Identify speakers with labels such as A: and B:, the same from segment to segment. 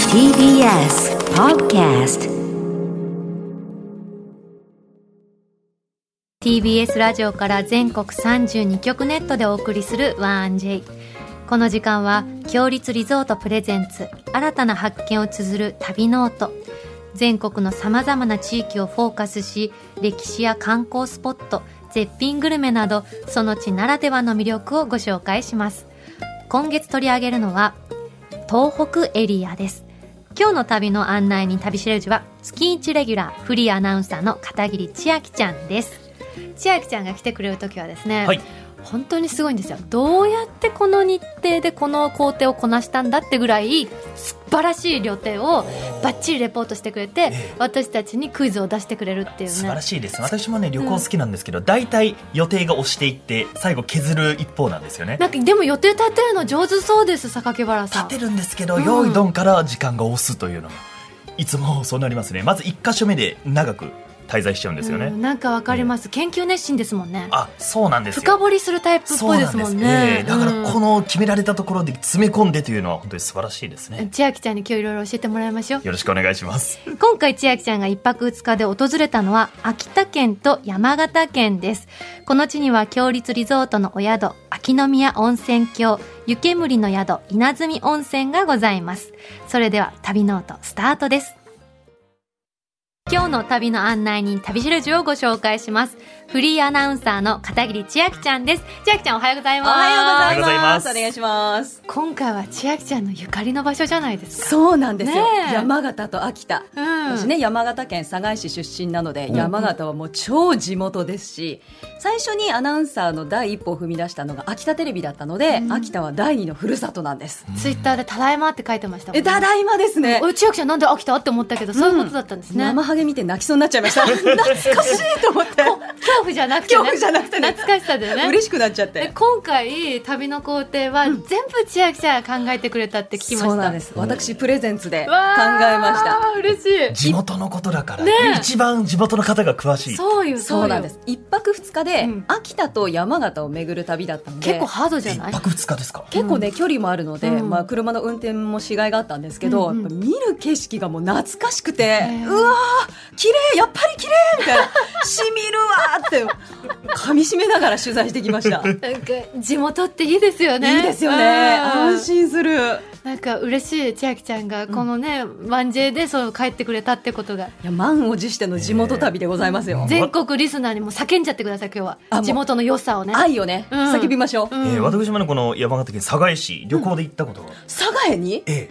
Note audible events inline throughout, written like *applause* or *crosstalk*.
A: TBS Podcast
B: TBS ラジオから全国32局ネットでお送りする「1J」この時間は「強立リゾートプレゼンツ新たな発見」を綴る旅ノート全国のさまざまな地域をフォーカスし歴史や観光スポット絶品グルメなどその地ならではの魅力をご紹介します今月取り上げるのは東北エリアです今日の旅の案内に旅しれるじは月一レギュラーフリーアナウンサーの片桐千秋ちゃんです千秋ちゃんが来てくれる時はですね、
C: はい
B: 本当にすごいんですよどうやってこの日程でこの工程をこなしたんだってぐらい素晴らしい旅程をバッチリレポートしてくれて私たちにクイズを出してくれるっていうね
C: 素晴らしいです私もね旅行好きなんですけど、大体予定が押していって最後削る一方なんですよね
B: なんかでも予定立てるの上手そうです榊原さん
C: 立てるんですけど、
B: うん
C: 用意ドンから時間が押すというのがいつもそうなりますねまず一箇所目で長く滞在しちゃうんですよね、
B: うんなんかわかります、研究熱心ですもんね
C: あそうなんです
B: 深
C: よ
B: 掘りするタイプっ
C: そ
B: ぽ
C: う
B: いで
C: な
B: す
C: んで
B: も
C: す
B: んね
C: ええだから
B: うん
C: この決められたところで詰め込んでというのは本当に素晴らしいですね、
B: 千秋ちゃんに今日いろいろ教えてもらいましょう
C: よろしくお願いします
B: 今回千秋ちゃんが一泊二日で訪れたのは秋田県と山形県ですこの地には強立リゾートのお宿秋の宮温泉郷湯煙の宿稲積温泉がございますそれでは旅ノートスタートです今日の旅の案内人旅しるじをご紹介しますフリーアナウンサーの片桐千秋ちゃんです千秋ちゃんおはようござい
D: お
B: ます
D: はようございます。
C: お
D: お
C: はよ
D: 願
C: う
D: いします。
B: 今回は千秋ちゃんのゆかりの場所じゃないですか
D: そうなんですよ。
B: ねえ
D: 山形と秋田。
B: うん
D: 私ね、山形県佐賀市出身なので、
C: ん
D: 山形はもう超地元ですし、最初にアナウンサーの第一歩を踏み出したのが秋田テレビだったので、
B: うん
D: 秋田は第二のふるさとなんです。
B: ツイッターで「ただいま」って書いてましたもん
D: え、
B: ね
D: ただいまですね。
B: お千秋ちゃんなんで飽きたって思ったけどそういうことだったんですね、
D: 生ハゲ見て泣きそうになっちゃいま
B: *laughs*
D: した。懐かしいと思って。
B: 恐怖じゃなくて、ね、
D: 恐怖じゃなくてね
B: 懐かしさでね
D: 嬉しくなっちゃっ
B: え
D: て。
B: 今回旅の工程は全部千秋ちゃんが考えてくれたって聞きました
D: そうなんです。私、プレゼンツで考
B: わー
D: えました。
B: 嬉しい
C: 地元のことだから、
B: ねえ
C: 一番地元の方が詳しい
B: そうよ
D: そうなん
B: よ
D: です。一泊二日で
B: うん、
D: 秋田と山形を巡る旅だったので。
B: 結構ハードじゃ
C: 一
B: ない
C: 泊二日ですか
D: 結構ね、距離もあるので、
B: うん
D: まあ、車の運転もしがいがあったんですけど、
B: うんうん
D: やっぱ見る景色がもう懐かしくて、
B: ー
D: うわー綺麗やっぱり綺麗みたいなしみるわーって噛み締めながら取材してきま *laughs* した、
B: なんか地元っていいですよね
D: いいですよね
B: うん
D: 安心する
B: なんか嬉しい千秋ちゃんがこのね、ワンジェでそう帰ってくれたってことが
D: いや満を持しての地元旅でございますよ、
B: 全国リスナーにも叫んじゃってください今日
D: あ
B: は
D: もう
B: 地元の良さをね
D: 愛をね、
B: うん
D: 叫びましょう、
B: うん
C: えー、私もねこの山形県佐賀江市旅行で行ったことが、
D: 佐賀へに
C: ええ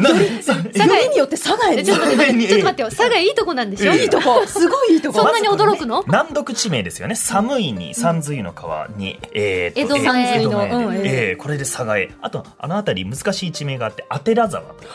C: なんでさ
D: よりによって佐賀へ
B: え
D: に
B: ちょっと待っ
C: ええ
B: てちょっと待ってよ佐賀いいとこなんでしょ、
C: ええ
D: いいとこすごいいいとこ
B: そんなに驚くの
C: まずこれね難読地名ですよね。寒いに、三髄の川に、えーと
B: 江戸前
C: えー江戸前で
D: うん
C: えーこれで佐賀へ。あと、あの辺り難しい地名があって、あてら沢という。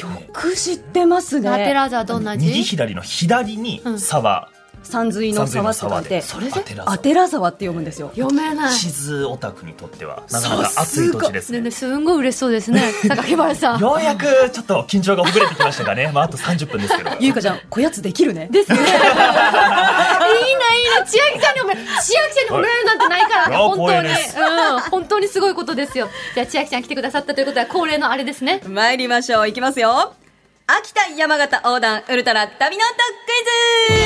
D: よく知ってますね
B: ラテラーザはどんな
C: 右
B: 字
C: 左の左に沢、
D: 山水の
C: 三髄
D: 沢っ
C: の
D: て書いて
C: 沢で。それ
B: で
C: あてら
D: あてら沢って読むんですよ
B: 読めない
C: 地図オタクにとっては、なかなか熱い土地です
B: ね
C: ね
B: ね。すんごい嬉しそうですね
C: *laughs*
B: 榊原さん
C: ようやくちょっと緊張がほぐれてきましたかね。まあ、あと30分ですけど。
D: ゆいかちゃんこやつできるね
B: ですねいいないいな千秋ちゃんに褒め千秋ちゃんに褒められるなんてないから、
C: はいあー
B: 本当
C: 光
B: に、
C: 栄です
B: うん、本当にすごいことですよじゃあ千秋ちゃん来てくださったということは恒例のあれですね
D: 参りましょう。いきますよ。秋田山形横断ウルトラ旅の特ク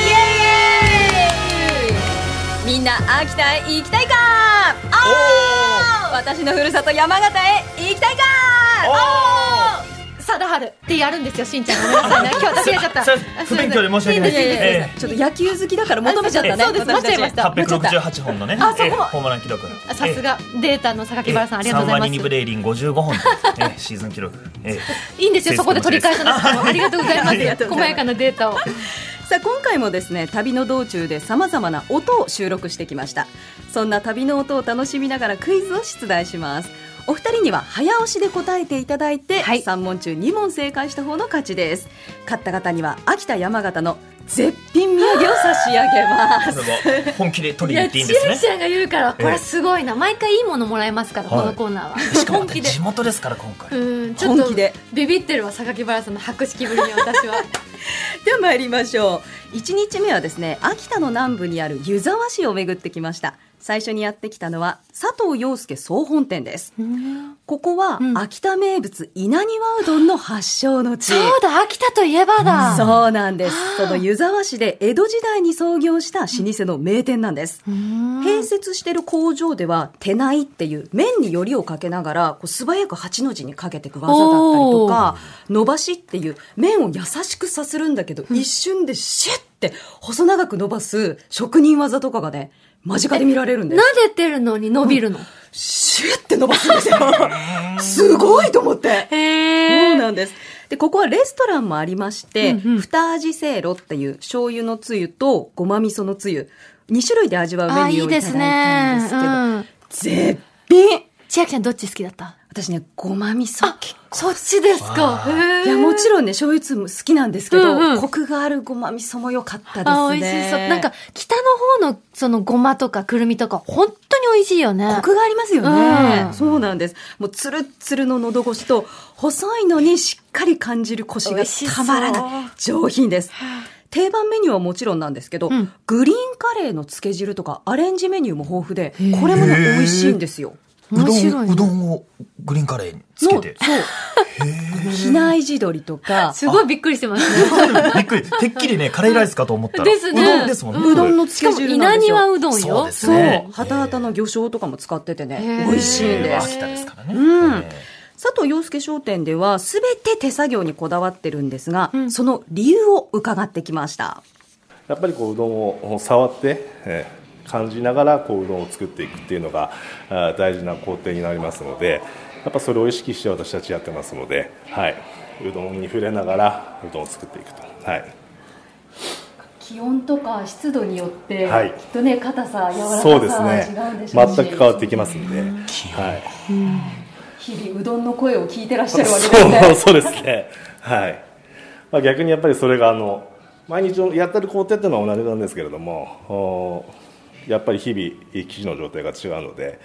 D: イズみんな秋田へ行きたいかおー私のふるさと山形へ行きたいか
B: 貞治ってやるんですよしんちゃんごめんなさい
C: *laughs*
B: ね今日私やっちゃった
C: すいません不勉強で申し訳ない
B: いやいやいや
C: ええ
D: ちょっと野球好きだから求めちゃったね。
B: あそうですそうで
D: 私
B: す間違えました
D: 間違えた
C: 868本のね、
B: あそこ
C: えーホームラン記録。
B: さすがデータの榊原さんありがとうござい
C: 3割
B: ま
C: 2
B: す
C: ブレーリン55本と、ええ *laughs* シーズン記録。ええ
B: いいんですよそこで取り返さな
D: *laughs*
B: くてもありがとうござい
D: ありがと
B: ます
D: うござい
B: 細
D: ます
B: やかなデータを
D: さあ今回もですね旅の道中でさまざまな音を収録してきましたそんな旅の音を楽しみながらクイズを出題しますお二人には早押しで答えていただいて、
B: はい
D: 3問中2問正解した方の勝ちです勝った方には秋田山形の絶品土産を差し上げます *laughs*
C: これも本気で取
B: い
C: りに
B: や
C: 行っていいん
B: 千
C: ですね
B: 秋。ちゃんが言うからこ
C: え
B: れ
C: え
B: すごいな毎回いいものもらえますから、
C: はい
B: このコーナーは
C: しかも
B: 本
C: ね
B: 気で
C: 地元ですから今回。
B: うんちょっと
D: 本気で
B: ビビってるわ榊原さんの博識ぶりに私は
D: *laughs* では参りましょう1日目はですね秋田の南部にある湯沢市を巡ってきました最初にやってきたのは佐藤洋介総本店です
B: うん
D: ここは
B: うん
D: 秋田名物稲庭うどんの発祥の地、
B: そうだ、秋田といえばだ。
D: そうなんです。その湯沢市で江戸時代に創業した老舗の名店なんです。
B: うん
D: 併設してる工場では手内っていう麺によりをかけながらこう素早く8の字にかけていく技だったりとか伸ばしっていう麺を優しくさするんだけど一瞬でシュッて細長く伸ばす職人技とかがね間近で見られるんです
B: 撫でてるのに伸びるの。
D: シュッて伸ばすんです
B: *laughs*
D: よすごいと思ってそう
B: へえ。
D: なんです。で、ここはレストランもありまして、
B: うんうん
D: 二味せいろっていう醤油のつゆとごま味噌のつゆ、2種類で味わうメ
B: あ、
D: ニ
B: い
D: ュー
B: い
D: をいただ
B: で
D: い
B: す
D: たんで
B: ね
D: す。けど、
B: うん。
D: 絶品
B: 千秋さんどっち好きだった
D: 私ね、ごま味噌結構。
B: そっちですか。
D: いや、もち
B: ん
D: ろんね、醤油つゆも好きなんですけど、
B: うんうん
D: コクがあるごま味噌も良かったですね。
B: あ、美味しそう。なんか、、北の方の、その、ごまとか、くるみとか、本当に美味しいよね。
D: コクがありますよね。
B: うん
D: そうなんです。もう、つるっつるの喉越しと、細いのにしっかり感じるコシ
B: 美
D: が
B: 味しそう
D: たまらない。上品です。定番メニューはもちろんなんですけど、
B: うん
D: グリーンカレーの漬け汁とかアレンジメニューも豊富で
B: へー、
D: これもね、美味しいんですよ。
C: う
B: 面
C: ど
B: 白い
C: ん、
B: ね
C: うどんをグリーンカレーにつけて。
D: そう。比内地鶏とか、
B: すごいびっくりしてますね。
C: びっくり。てっきりね、カレーライスかと思ったら。
B: ですね
C: うどんですもんね。
D: うどんの
B: し
D: 漬け
B: かも、
D: 汁な
B: 稲
D: んですよ。
B: 庭うどん
C: そう
B: よ
C: で。す
D: そう
C: ね。
D: ハタハタの魚醤とかも使ってて
B: へ
D: ね
B: ー、
D: 美味しいんで
B: へー
D: す。
C: 秋田ですからね。
D: うん
C: え
D: 佐藤洋介商店では全て手作業にこだわってるんですが、
B: うん
D: その理由を伺ってきました。
E: やっぱりこううどんを触って、えー感じながらこううどんを作っていくっていうのがあー大事な工程になりますのでやっぱそれを意識して私たちやってますので、はいうどんに触れながらうどんを作っていくと。はい
D: 気温とか湿度によって
E: はい
D: とね、硬さ、
E: そうですね全く変わってきますんで、はい、
D: 日々うどんの声を聞いてらっしゃるわけです
E: そう
D: ね。
E: そうですね、はいまあ、逆にやっぱりそれがあの毎日やってる工程っていうのは同じなんですけれどもおやっぱり日々生地の状態が違うので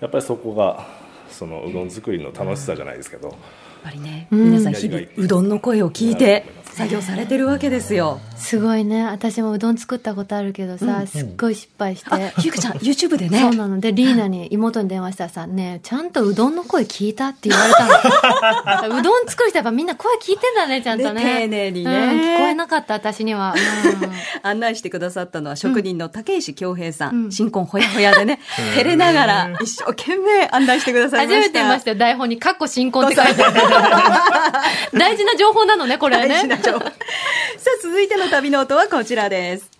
E: やっぱりそこがそのうどん作りの楽しさじゃないですけど、
D: やっぱりね、皆さん日々うどんの声を聞いて作業されてるわけですよ。
B: すごいね。私もうどん作ったことあるけどさ、すっごい失敗して。
D: あ、ゆうかちゃん YouTube で
B: そ
D: ね
B: う、なので、リーナに、妹に電話したらさ、ねえちゃんとうどんの声聞いたって言われたの。うどん作る人やっぱみんな声聞いてんだね、ちゃんとね。
D: ね丁寧にね
B: うん聞こえなかった、私には。
D: 案内してくださったのは職人の竹石恭平さん、
B: うん
D: 新婚ほやほやでね、照れながら一生懸命案内してください
B: 初
D: ました。
B: めて見ましたよ、台本に、かっこ新婚って書いてある。大事な情報なのね、これは
D: 大事な
B: ね。
D: 情報 *laughs* さあ、続いての旅の音はこちらです。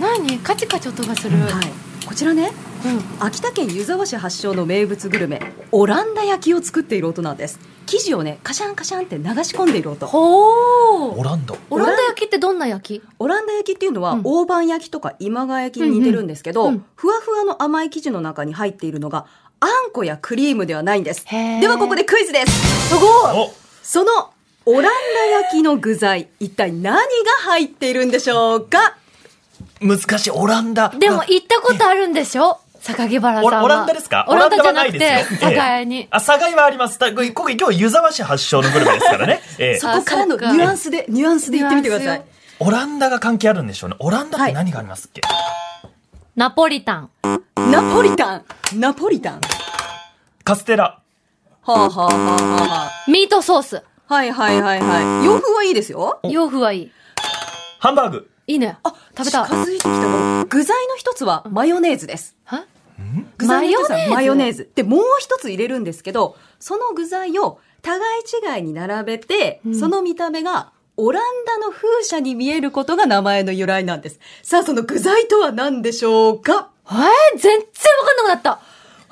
B: 何カチカチ音がする。
D: はい。こちらね、
B: うん
D: 秋田県湯沢市発祥の名物グルメオランダ焼きを作っている音なんです生地をねカシャンカシャンって流し込んでいる音
B: ほー。
C: オランダ。
B: オランダ焼きってどんな焼き
D: オランダ焼きっていうのは、
B: うん
D: 大判焼きとか今川焼きに似てるんですけど、
B: うんうんうん
D: ふわふわの甘い生地の中に入っているのがあんこやクリームではないんです
B: へー
D: ではここでクイズですすごい
C: お
D: そのオランダ焼きの具材一体何が入っているんでしょうか
C: 難しい。オランダ。
B: でも行ったことあるんでしょ榊原さんは
C: オオランダですか
B: オランダじゃな
C: は
B: く
C: い
B: て
C: ですよ、
B: 酒に
C: ええ。あ、境はあります。だここ今日湯沢市発祥のグルメですからね。ええ
D: そこからの
B: あ
D: ニ
B: そっか
D: ュアンスでニュアンスで言ってみてくだ
B: ニュア
D: さ
B: ンス
D: い
B: よ
C: オランダが関係あるんでしょうね。オランダって何がありますっけ、
B: *laughs* ナポリタン。
D: ナポリタンナポリタン
C: カステラ。
D: はあはあはあはあはあ
B: ミートソース。
D: はいはいはいはい。洋風はいいですよ。
C: お
B: 洋風はいい。
C: ハンバーグ。
B: いいね。あ、食べたい
D: 近づいてきたから具材の一つはマヨネーズです。
B: は
D: 具材の一つは
B: マ
D: マ
B: ヨ
D: ヨ
B: ネ
D: ネ
B: ー
D: ーズ。で、もう一つ入れるんですけど、その具材を互い違いに並べて、
B: ん
D: その見た目がオランダの風車に見えることが名前の由来なんです。さあ、その具材とは何でしょうか
B: えー、全然わかんなくなった。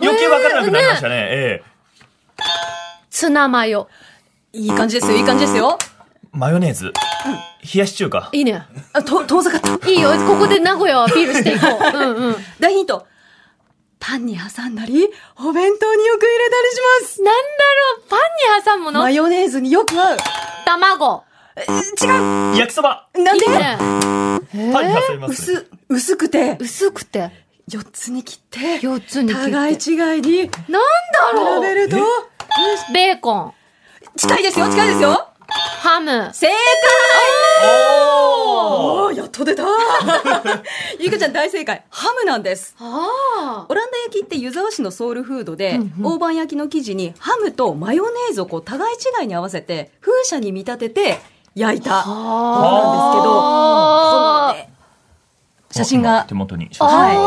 C: 余計わからなくなりました
B: ね。
C: ね。え
B: ツナマヨ。
D: いい感じですよ、いい感じですよ。
C: えマヨネーズ。冷やし中華。
B: いいね。
D: あ、と、遠ざかった。
B: いいよ。ここで名古屋をアピールしていこ
C: *laughs*
B: う。うんうん。
D: 大ヒント。パンに挟んだり、お弁当によく入れたりします。
B: なんだろう、パンに挟むも
D: マ
B: の
D: ヨネーズによく合う。
B: 卵。
C: 焼きそば。
D: なん
B: い
D: で
B: いね。
C: パンに挟みます、ね
D: 薄、薄くて、
B: 薄くて、
D: 4つに切って、
B: 4つに切って。
D: 互い違いに
B: なんだろ
D: 並べ
B: う
D: ると、
B: ベーコン。
D: 近いですよ、近いですよ。
B: ハム。
D: 正解
C: お
D: お
C: ー
D: ーやっと出た *laughs* ゆかちゃん大正解ハムなんです
B: あ
D: オランダ焼きって湯沢市のソウルフードで、
B: うんうん
D: 大判焼きの生地にハムとマヨネーズをこう互い違いに合わせて風車に見立てて焼いたものなんですけどこ
B: あ
D: のね写真
C: 今
D: が
C: 手元に写真
B: あ
C: がうん
B: ー。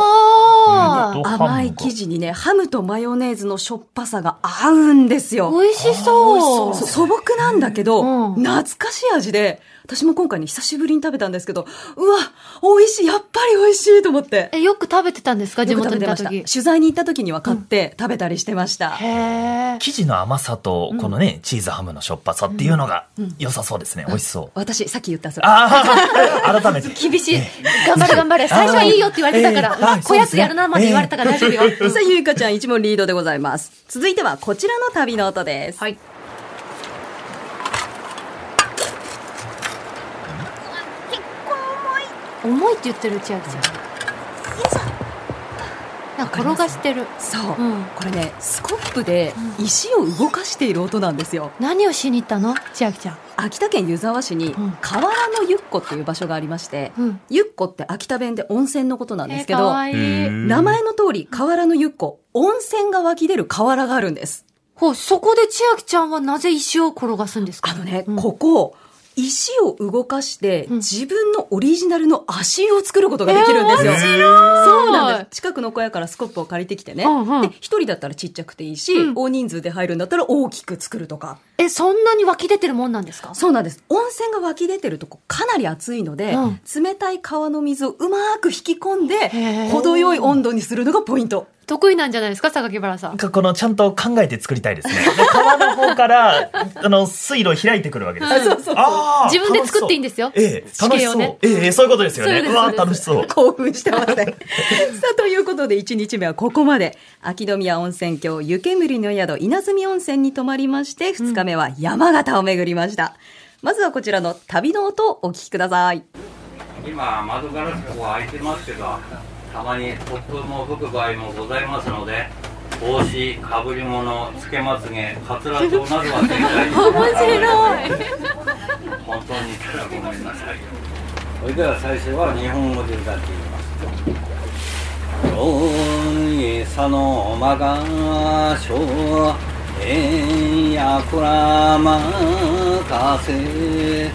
C: と
D: 甘い生地にねハムとマヨネーズのしょっぱさが合うんですよ
B: 美味しそう。
D: そう素朴なんだけど、
B: うん
D: 懐かしい味で私も今回ね久しぶりに食べたんですけどうわ美味しいやっぱり美味しいと思って
B: え、よく食べてたんですか地
D: よく
B: 元
D: 食べ
B: にい
D: てまし
B: た
D: た取
B: 時。
D: 材に行った時には買って食べたりしてました、
B: へえ。
C: 生地の甘さと、このね、チーズハムのしょっぱさっていうのが、良さそうですね。美味しそう。
D: 私さっき言ったそれ
C: ああ、 *laughs* 改めて。
B: 厳しい。頑張れ頑張れ。最初はいいよって言われてたか
C: ええあ
B: ら、こやつやるなまで言われたから大丈夫よ。
D: *laughs* さあゆいかちゃん一問リードでございます続いてはこちらの旅の音です、
B: はい。重いって言ってる千秋ちゃん。なんか転がしてる。
D: そう、
B: うん
D: これねスコップで石を動かしている音なんですよ
B: 何をしに行ったの千秋ちゃん。
D: 秋田県湯沢市に
B: ん
D: 河原のゆっこっていう場所がありまして、
B: うん
D: ゆっこって秋田弁で温泉のことなんですけど、
B: 可愛いい。
D: 名前の通り河原のゆっこ温泉が湧き出る河原があるんです
B: ほう、そこで千秋ちゃんはなぜ石を転がすんですか
D: あのね、
B: うん
D: ここ石を動かして
B: ん
D: 自分のオリジナルの足湯を作ることができるんですよ、
C: えー面
D: そうなんです近くの小屋からスコップを借りてきてね、
B: うんうん
D: で一人だったらちっちゃくていいし、
B: うん
D: 大人数で入るんだったら大きく作るとか
B: え、そんなに湧き出てるもんなんですか
D: そうなんです温泉が湧き出てるとこかなり暑いので、
B: うん
D: 冷たい川の水をうまく引き込ん
B: へー
D: で程よい温度にするのがポイント
B: 得意なんじゃないですか榊原さ
C: なん
B: ん。
C: かこのちゃんと考えて作りたいですね。で川の
B: *laughs*
C: 方から、あの、水路を開いてくるわけです。
D: そうそうそう
C: あー
B: 自分で作っていいんですよ
C: ええ、楽し
B: 地形
C: そ
B: を
C: う。
B: ね
C: ええ、そういうことですよ
B: そう
C: ね。
B: です
C: う
B: そ
C: わ
B: う
C: ー、
B: です
C: 楽しそう。
D: 興奮してますね *laughs* さあということで1日目はここまで秋の宮温泉郷湯煙の宿稲積温泉に泊まりまして2日目は山形を巡りました、まずはこちらの旅の音をお聞きください
F: 今窓ガラスここ開いてますけどたまに突風も吹く場合もございますので帽子かぶり物つけまつげかつらとなどは絶対に
B: 白い。
F: 本当にただごめんなさいそれでは最初は日本語で歌っていきますロイサのマガショエンヤコラマカセ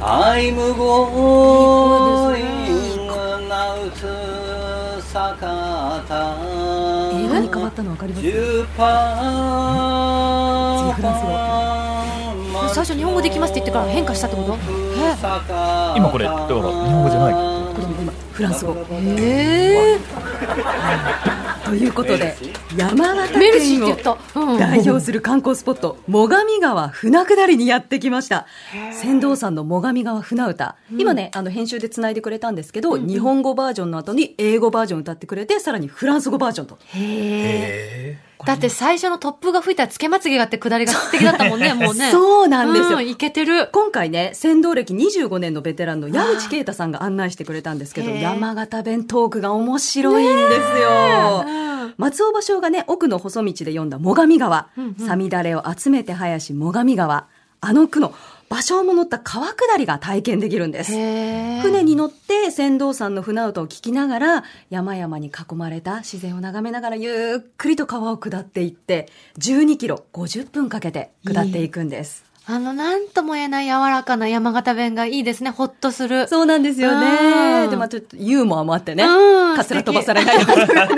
F: アイムゴイングナウツサカタ
D: 映画に変わったの分かります
F: 10パー
D: 次フランス語
B: 最初日本語できますって言ってから変化したってこと
C: 今これ、だから日本語じゃない。
D: これも今フランス語
B: ええ
D: ということで山形
B: メルシ
D: 県
B: ーっ
D: を
B: て言った。うん。
D: 代表する観光スポット最上川船下りにやってきました船頭さんの最上川船歌、今ねあの編集でつないでくれたんですけど、日本語バージョンの後に英語バージョン歌ってくれてさらにフランス語バージョンと
B: へえ。
C: え
B: だって最初の突風が吹いたらつけまつげがあって下りが素敵だったもん *laughs* ね、もうね。
D: そうなんですよ
B: いけてる。
D: 今回ね船頭歴25年のベテランの矢口啓太さんが案内してくれたんですけど
B: へー
D: 山形弁トークが面白いんですよ、松尾芭蕉がね奥の細道で読んだ最上川「さみだれを集めて林最上川」あの句の芭蕉も乗った川下りが体験できるんです
B: へえ。
D: 船に乗って船頭さんの船歌を聞きながら山々に囲まれた自然を眺めながらゆっくりと川を下っていって12キロ50分かけて下っていくんです
B: あの、なんとも言えない柔らかな山形弁がいいですね。ほっとする。
D: そうなんですよ
B: う
D: ね。
B: ん
D: で、まあちょっとユーモアもあってね。
B: うん
D: かつら飛ばされないよう *laughs* にね。さあ、では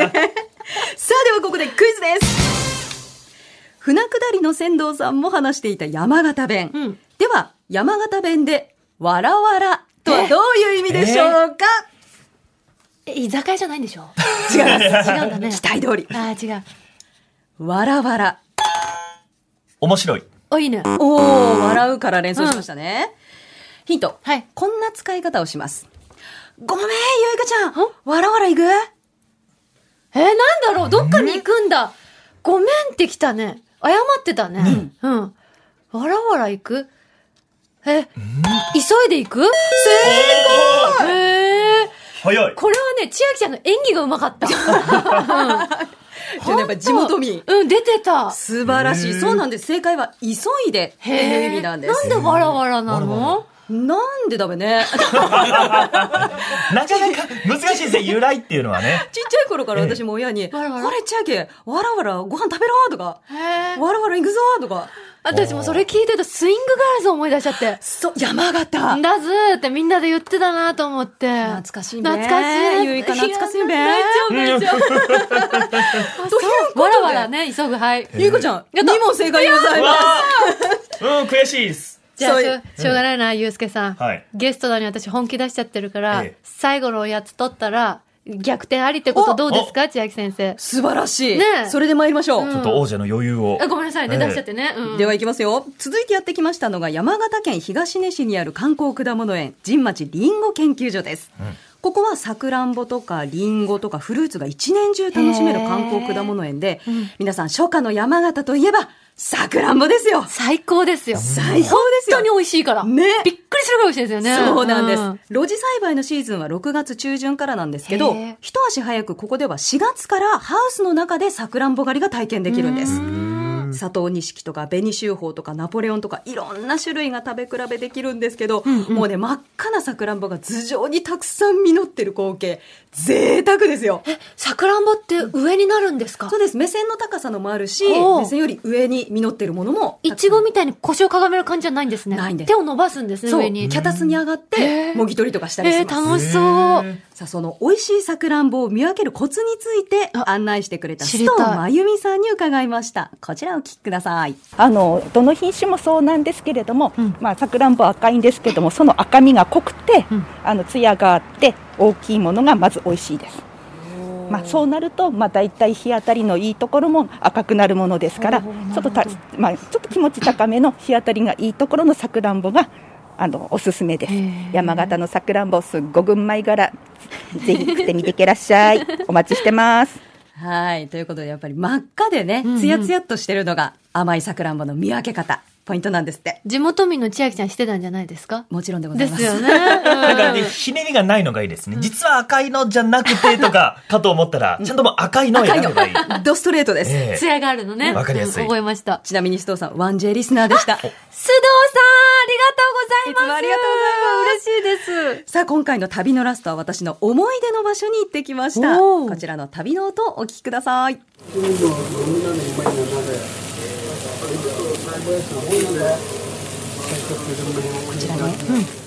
D: ここでクイズです。船下りの船頭さんも話していた山形弁。
B: うん
D: では、山形弁で、わらわらとはどういう意味でしょうか、
B: え居酒屋じゃないんで *laughs* しょ
D: 違いま
B: 違うんだね。
D: す。期待通り。
B: ああ、違う。
D: わらわら。
C: 面白い。
B: お犬。
D: おー、笑うから連想しましたね。ヒント。
B: はい
D: こんな使い方をします。ごめん、ゆいかちゃん。わらわら行く
B: えー、なんだろうどっかに行くんだごめんって来たね。謝ってたね。うん。わらわら行くえ、急いで行く正解えー
C: 早
B: *laughs*
C: い。
B: これはね、千秋ちゃんの演技がうまかった。
D: っていうのはやっぱり地元民
B: うん、出てた。
D: 素晴らしい。そうなんです。正解は、急いでっていう意味なんで
B: なん
D: す。
B: でわらわらなの
D: なんでだめ *laughs* ね。
C: なかなか難しいですね、由来っていうのはね。
D: ちっちゃい頃から私も親に、こ
B: わらわら
D: れちゃけ、わらわらご飯食べろとか、
B: へえ。
D: わらわら行くぞとか、
B: 私もそれ聞いてたスイングガラスを思い出しちゃって。
D: *laughs* そう、山形。
B: だずーってみんなで言ってたなと思って。
D: 懐かしいべ
B: 懐かしい。
D: ゆいか懐かしいべ
B: や泣いちゃう、泣いちゃう。
D: ということで
B: わらわらね、急ぐ、はい。
D: ゆいこちゃん、2問正解でございま
C: わ
D: す。
C: あうん、悔しいです。
B: じゃあ
D: そう
B: しょう、しょうがないな、ゆうすけさん。
C: はい
B: ゲストなのに私本気出しちゃってるから
C: ええ、
B: 最後のおやつ取ったら、逆転ありってことどうですか千秋先生。
D: 素晴らしい。
B: ねえ
D: それで参りましょう。
C: ちょっと王者の余裕を。
B: あごめんなさいね、
C: ええ
B: 出しちゃってね。うん
D: ではいきますよ続いてやってきましたのが山形県東根市にある観光果物園神町りんご研究所です、ここはさくらんぼとかりんごとかフルーツが一年中楽しめる観光果物園で、皆さん初夏の山形といえばさくらんぼですよ
B: 最高ですよ。
D: 最高ですよ
B: 本当に美味しいから。
D: ね
B: びっくりするぐらい美味しいですよね。
D: そうなんです、
B: う
D: 露地栽培のシーズンは6月中旬からなんですけど
B: へえ
D: 一足早くここでは4月からハウスの中でさくらんぼ狩りが体験できるんです佐藤錦とか紅秀峰とかナポレオンとかいろんな種類が食べ比べできるんですけど、もうね真っ赤なさくらんぼが頭上にたくさん実ってる光景贅沢ですよ
B: え、さくらんぼって上になるんですか
D: そうです目線の高さのもあるし
B: ほう
D: 目線より上に実ってるものも
B: いちごみたいに腰をかがめる感じじゃないんですね。
D: ないんです
B: 手を伸ばすんですね、
D: そう
B: 上
D: キ
B: に。
D: ャタスに上がっ
B: へえ
D: てもぎ取りとかしたり
B: え
D: しま
B: ー、
D: す
B: 楽しそう。
D: さあその美味しいさくらんぼを見分けるコツについて案内してくれた
B: 知
D: 須
B: り
D: 藤
B: たい
D: 真由美さんに伺いましたこちらをお聞きください
G: あのどの品種もそうなんですけれども、まあさくらんぼは赤いんですけども、その赤みが濃くて、
B: うん
G: あの艶があって大きいものがまず美味しいです。まあそうなるとまあだいたい日当たりのいいところも赤くなるものですから、ちょっとたまあちょっと気持ち高めの日当たりがいいところのさくらんぼがあのおすすめです
B: へえ。
G: 山形のさくらんぼすっごぐんまい柄、ぜひ食ってみてけらっしゃい。お待ちしてます。
D: はいということでやっぱり真っ赤でね
B: んうん
D: つやつやっとしてるのが甘いさくらんぼの見分け方ポイントなんですって
B: 地元民の千秋ちゃんしてたんじゃないですか
D: もちろんでござ
B: で
D: います
B: すよね。うん
C: だからね、ひねりがないのがいいですね。実は赤いのじゃなくてとか、かと思ったら、ちゃんともう赤いのを
D: 赤い
C: 選べばいい。
D: のドストレートです、
C: え
B: 艶があるのね。
C: わかりやすい
B: うん覚えました。
D: ちなみに須藤さん 1J リスナーでした
B: 須藤さん、ありがとうご
D: い
B: ざいます。。
D: つもありがとうございます
B: 嬉しいです。
D: さあ今回の旅のラストは私の思い出の場所に行ってきました
B: おー
D: こちらの旅の音をお聞きくださいこちらね、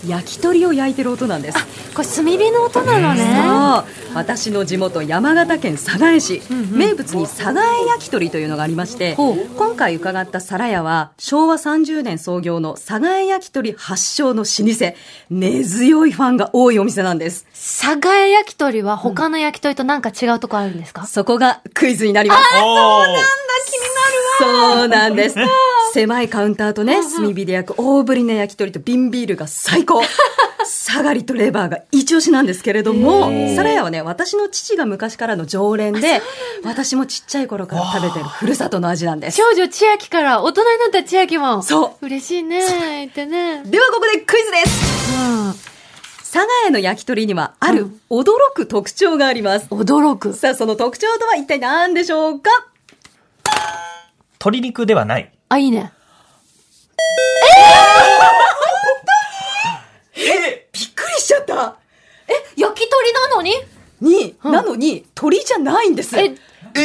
D: 焼き鳥を焼いてる音なんです
B: これ炭火の音なのね。
D: そう私の地元山形県寒河江市、名物に寒河江焼き鳥というのがありまして今回伺った皿屋は昭和30年創業の寒河江焼き鳥発祥の老舗根強いファンが多いお店なんです
B: 佐賀屋焼き鳥は他の焼き鳥となんか違うとこあるんですか、
D: そこがクイズになります
C: おー
D: そうなんです狭いカウンターとね炭火で焼く大ぶりな焼き鳥と瓶ビールが最高サガリとレバーが一押しなんですけれども皿屋はね私の父が昔からの常連で私もちっちゃい頃から食べてるふるさとの味なんです
B: 少女千秋から大人になった千秋も。。
D: そう
B: 嬉しいね。言ってね。
D: ではここでクイズです
B: う
D: 佐賀屋の焼き鳥にはある驚く特徴があります、
B: ん。驚く。
D: さあその特徴とは一体何でしょうか
C: 鶏肉ではない。
B: あ、いいね。
D: えびっくりしちゃった
B: 焼き鳥なのに
D: に、なのに鳥じゃないんです
B: え、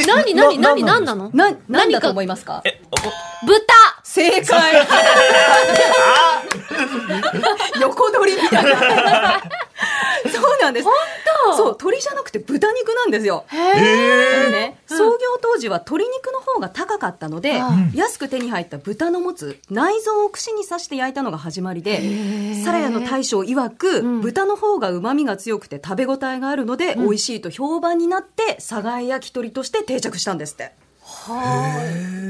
B: なになになになんなの
D: な何だと思いますか
C: え、
B: 豚
D: 正解横取りみたいな。そうなんです。本
B: 当
D: そう、鳥じゃなくて豚肉なんですよ。あのね、創業当時は鶏肉の方が高かったので、安く手に入った豚の持つ内臓を串に刺して焼いたのが始まりで、サラヤの大将曰く、豚の方が旨味が強くて食べ応えがあるので、美味しいと評判になって、佐賀焼き鳥として定着したんですって。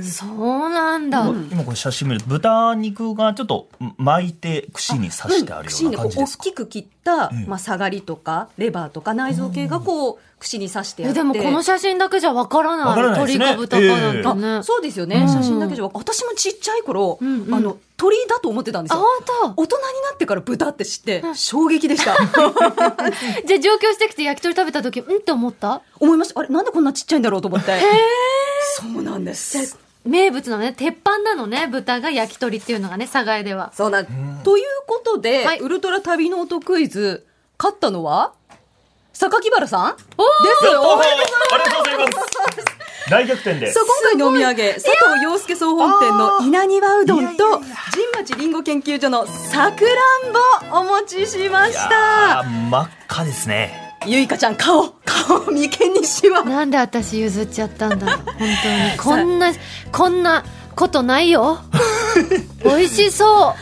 B: そうなんだ。
C: 今これ写真見ると、豚肉がちょっと巻いて串に刺してあるよ
D: 串
C: う
D: に
C: な
D: こ
C: 感
D: う
C: じで
D: 大
C: すか。
D: きく切った、まあ、下がりとかレバーとか内臓系がこう串に刺してや
B: え
D: って
B: でもこの写真だけじゃわからない
C: わからないで
B: 鳥
C: すね
B: か豚かなんてね、
D: あそうですよね、写真だけじゃ私もちっちゃい頃、
B: んうん
D: あの鳥だと思ってたんです
B: あ
D: よ
B: 本
D: 大人になってから豚って知って衝撃で
B: *laughs*
D: した、
B: 当じゃあ上京してきて焼き鳥食べた時うんって思った
D: 思いましたあれなんでこんなちっちゃいんだろうと思ってそうなんです
B: 名物なのね鉄板なのね豚が焼き鳥っていうのがね佐賀江では
D: そうなんということで、
B: はい
D: ウルトラ旅の音クイズ勝ったのは榊原さん
B: お
D: ですよ
C: おーありがとうございます。大逆転で
D: さ。あ今回のお土産佐藤洋介総本店の稲庭うどんと神町りんご研究所のさくらんぼお持ちしました
C: あー真っ赤ですね。
D: ゆいかちゃん顔顔眉間にしわ
B: なんで私譲っちゃったん *laughs* だ本当にこんなこんなことない *laughs* よ美味しそ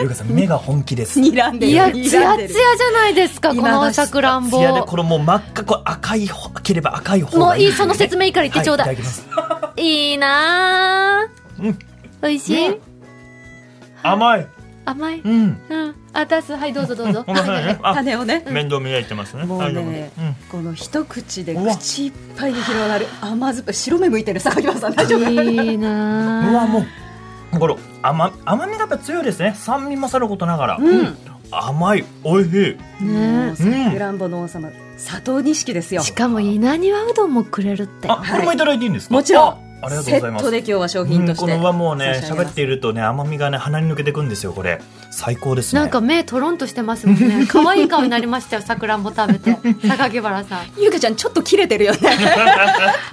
C: ゆうかさん目が本気です。
D: 睨ん
B: う
D: でる
B: いや
D: 睨ん
B: ツ
D: でる
B: ヤツヤじゃないですかこ
D: 今
B: の
D: だし
B: さくらんぼ
C: ツヤでこれもう真っ赤こう赤い方ければ赤い方がいい
B: もういいその説明いいから言ってちょうだい
C: はい、いただきます。
B: いいな
C: うん
B: おいしい、
C: 甘い。
B: 甘い
D: *laughs*
C: うん。
B: うんあ出すはいどうぞどうぞ
C: ごめんなさいね。あ
D: 種をね
C: *laughs* 面倒見られてますね。
D: もう
C: 大丈夫で
D: ね
C: すうん、
D: この一口で
C: うわ
D: 口いっぱいに広がる甘酸っぱい白目向いてる榊原さん大丈夫
B: いいな
C: うわもうこれ甘甘みがやっぱ強いですね酸味もさることながら、
D: うん
C: 甘い美味しい
D: もう
B: ね
D: さくらんぼの王様佐藤錦ですよ
B: しかも稲庭うどんもくれるって
C: あこれもいただいていいんですか
D: もちろん
C: あありがとう
D: セ
C: ござい
D: ッ
C: ま
D: ト
C: す
D: で今日は商品と
C: うん
D: し
C: こ
D: て
C: のはもうね
D: 差し上げ
C: 喋
D: ま
C: っ
D: す
C: ているとね甘みがね鼻に抜けてくんですよこれ最高ですね
B: なんか目とろんとしてますもん
C: *laughs*
B: ね可愛い顔になりましたよさくらんぼ食べて榊原さん
D: ゆいかちゃんちょっと切れてるよね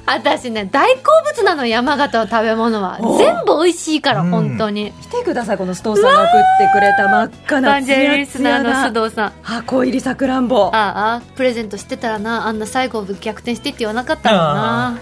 B: 私ね大好物なの山形の食べ物は全部美味しいから
C: うん
B: 本当に
D: 来てくださいこのストーンさんが食ってくれた真っ赤
B: バ
D: な
B: ン
D: ツ
B: ジェリ
D: ヤ
B: リス
D: ツ
B: ナー
D: ヤ
B: の
D: な
B: 須藤さん
D: 箱入りさくらんぼ
B: ああプレゼントしてたらなあんな最後逆転してって言わなかったもんな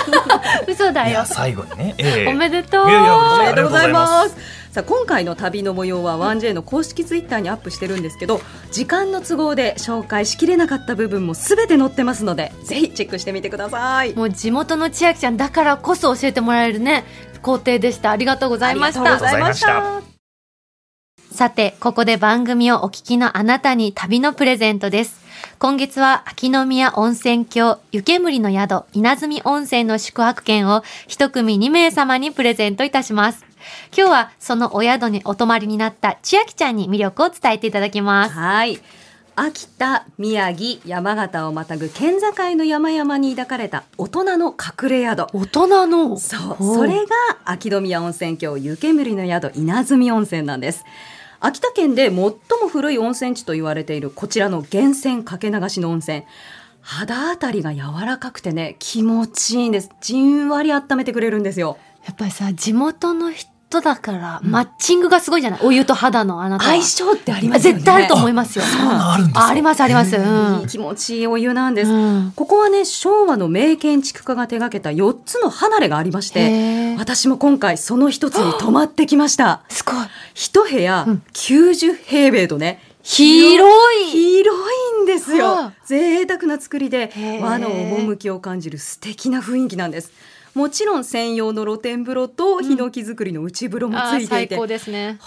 B: *laughs* 嘘だ
C: い
B: よ
C: や最後にね、ええ
B: おめでとう
C: いやいや
D: お
C: 嬉し
D: めで
C: あり
D: とう
C: がと
D: ご
C: うご
D: ざ
C: ざ
D: い
C: い
D: ま
C: ます
D: さあ今回の旅の模様は 1J の公式ツイッターにアップしてるんですけど時間の都合で紹介しきれなかった部分も全て載ってますのでぜひチェックしてみてください
B: もう地元の千秋ちゃんだからこそ教えてもらえるね工程でしたありがとうございまし
D: ありが
B: た
D: とうございまし
C: ありがとう
D: た
B: さて、ここで番組をお聞きのあなたに旅のプレゼントです。今月は秋の宮温泉郷、湯煙の宿、稲積温泉の宿泊券を一組2名様にプレゼントいたします。今日はそのお宿にお泊まりになった千秋ちゃんに魅力を伝えていただきます。
D: はい秋田宮城山形をまたぐ県境の山々に抱かれた大人の隠れ宿
B: 大人の
D: そう、
B: おう
D: それが秋戸宮温泉郷湯煙の宿稲積温泉なんです。秋田県で最も古い温泉地と言われているこちらの源泉かけ流しの温泉。肌あたりが柔らかくてね、気持ちいいんです。じんわり温めてくれるんですよ。
B: やっぱりさ、地元の人だから、マッチングがすごいじゃないお湯と肌のあなたは。
D: 相性ってありますよね。
B: 絶対あると思い
D: ま
B: ますよ。
C: あるんです
B: ありますあります。うん。
D: 気持ちいいお湯なんです。
B: うん
D: ここはね、昭和の名建築家が手掛けた4つの離れがありまし
B: へ
D: て
B: ー、
D: 私も今回その一つに泊まってきました。
B: すごい。
D: 一部屋
B: ん
D: 90平米とね、
B: 広い
D: 広いんです
B: は
D: よ
B: あ
D: 贅沢な作りで
B: へえ
D: 和の趣を感じる素敵な雰囲気なんですもちろん専用の露天風呂とヒノキ作りの内風呂も
B: あ
D: つ
B: ー
D: いてい
B: 最
D: て、
B: 高
D: 本
B: ですね。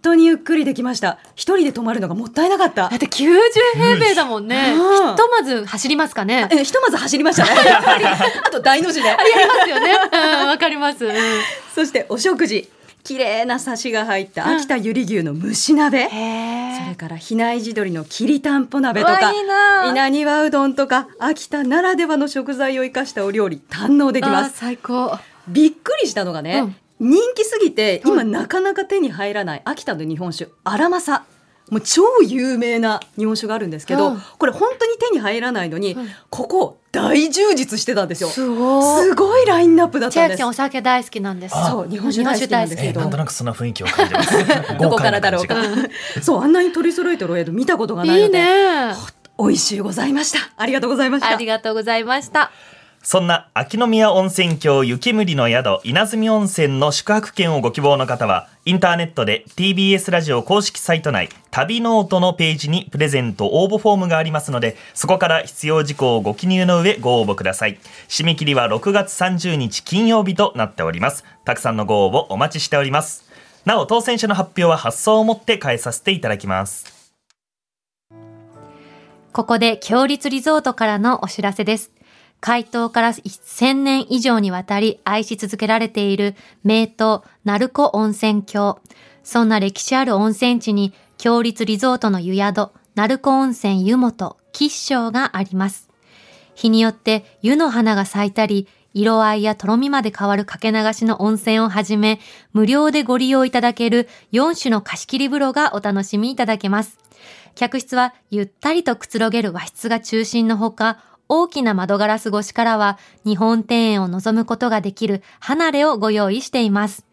D: 当にゆっくりできました一人で泊まるのがもったいなかった
B: だって90平米だもんね。
D: うん
B: ひとまず走りますかね。
D: えひとまず走りましたね *laughs* やっぱ
B: *laughs*
D: りあと大の字で
B: やりま
D: *laughs*
B: すよね。うんわかります。うん
D: そしてお食事綺麗なサシが入った秋田ゆり牛の蒸し鍋、それから比内地鶏のきりたんぽ鍋と
B: うわ
D: か
B: いいな
D: 稲庭うどんとか秋田ならではの食材を生かしたお料理堪能できま
B: あー
D: す
B: 最高。
D: びっくりしたのがね、
B: うん
D: 人気すぎて今なかなか手に入らない秋田の日本酒荒政もう超有名な日本酒があるんですけど、
B: うん
D: これ本当に手に入らないのに、ここ大充実してたんですよ
B: すごい
D: すごいラインナップだっ
B: 千
D: たんで
B: 秋
D: す
B: ちゃんお酒大好きなんです。
D: そう日本酒大好きなんです
C: え
D: け
C: え
D: ど
C: なんとなくそんな雰囲気を感じます
D: *laughs* どこからだろうか
C: 豪快な感じが
D: そうあんなに取り揃えてるお宿見たことがない
B: いい
D: ので
B: ね。
D: 美味しゅうございましたありがとうございました
B: *laughs* ありがとうございました。
C: そんな秋の宮温泉郷雪むりの宿稲積温泉の宿泊券をご希望の方はインターネットで TBS ラジオ公式サイト内旅ノートのページにプレゼント応募フォームがありますのでそこから必要事項をご記入の上ご応募ください締め切りは6月30日金曜日となっておりますたくさんのご応募お待ちしておりますなお当選者の発表は発送をもって返させていただきます
B: ここで、強立リゾートからのお知らせです。開湯から1000年以上にわたり愛し続けられている名湯、鳴子温泉郷。そんな歴史ある温泉地に、強立リゾートの湯宿、鳴子温泉湯本、吉祥があります。日によって湯の花が咲いたり、色合いやとろみまで変わるかけ流しの温泉をはじめ、無料でご利用いただける4種の貸し切り風呂がお楽しみいただけます。客室はゆったりとくつろげる和室が中心のほか、大きな窓ガラス越しからは日本庭園を望むことができる離れをご用意しています。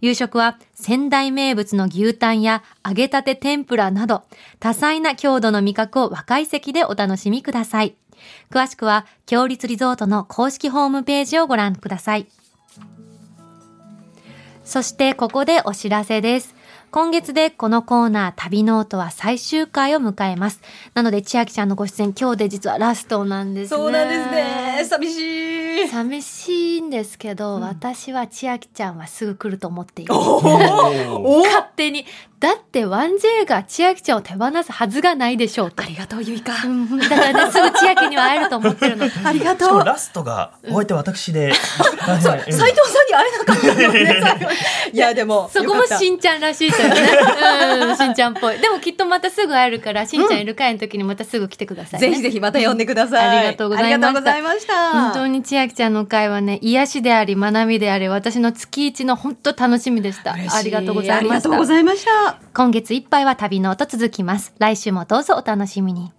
B: 夕食は仙台名物の牛タンや揚げたて天ぷらなど多彩な郷土の味覚を若い席でお楽しみください。詳しくは、強立リゾートの公式ホームページをご覧ください。そしてここでお知らせです。今月でこのコーナー旅ノートは最終回を迎えます。なので千秋ちゃんのご出演今日で実はラストなんですね。
D: そうなんですね。寂しい。
B: 寂しいんですけど、私は千秋ちゃんはすぐ来ると思っている。
D: おお
B: 勝手に。だって 1J が千秋ちゃんを手放すはずがないでしょうと
D: あ。りがとう、ゆいか。
B: うんだからね、すぐ千秋には会えると思ってるの。
D: ありが
C: しか
D: と
C: も
D: う。
C: ラストがお相手私で、は
D: *laughs*
C: い
D: そう
C: はい
D: 斉藤さんに会えなかったもんね最後に。 *laughs* いや、でも。
B: そこもし
D: よかっ
B: んちゃんらしいというね。うん、しんちゃんっぽい。でもきっとまたすぐ会えるから、しんちゃんいる会の時にまたすぐ来てくだ
D: た
B: さいね。
D: ぜひぜひまた呼んでください。
B: ありがとうございました
D: ありがとうございました。
B: 本当に千秋ちゃんの会はね、癒しであり、学びであり、私の月一の本当楽しみでした。
D: 嬉し
B: ありがとうござ
D: あ
B: い
D: り
B: ま
D: が
B: し
D: とうご
B: た。
D: ざいました。
B: 今月いっぱいは旅の音続きます。来週もどうぞお楽しみに。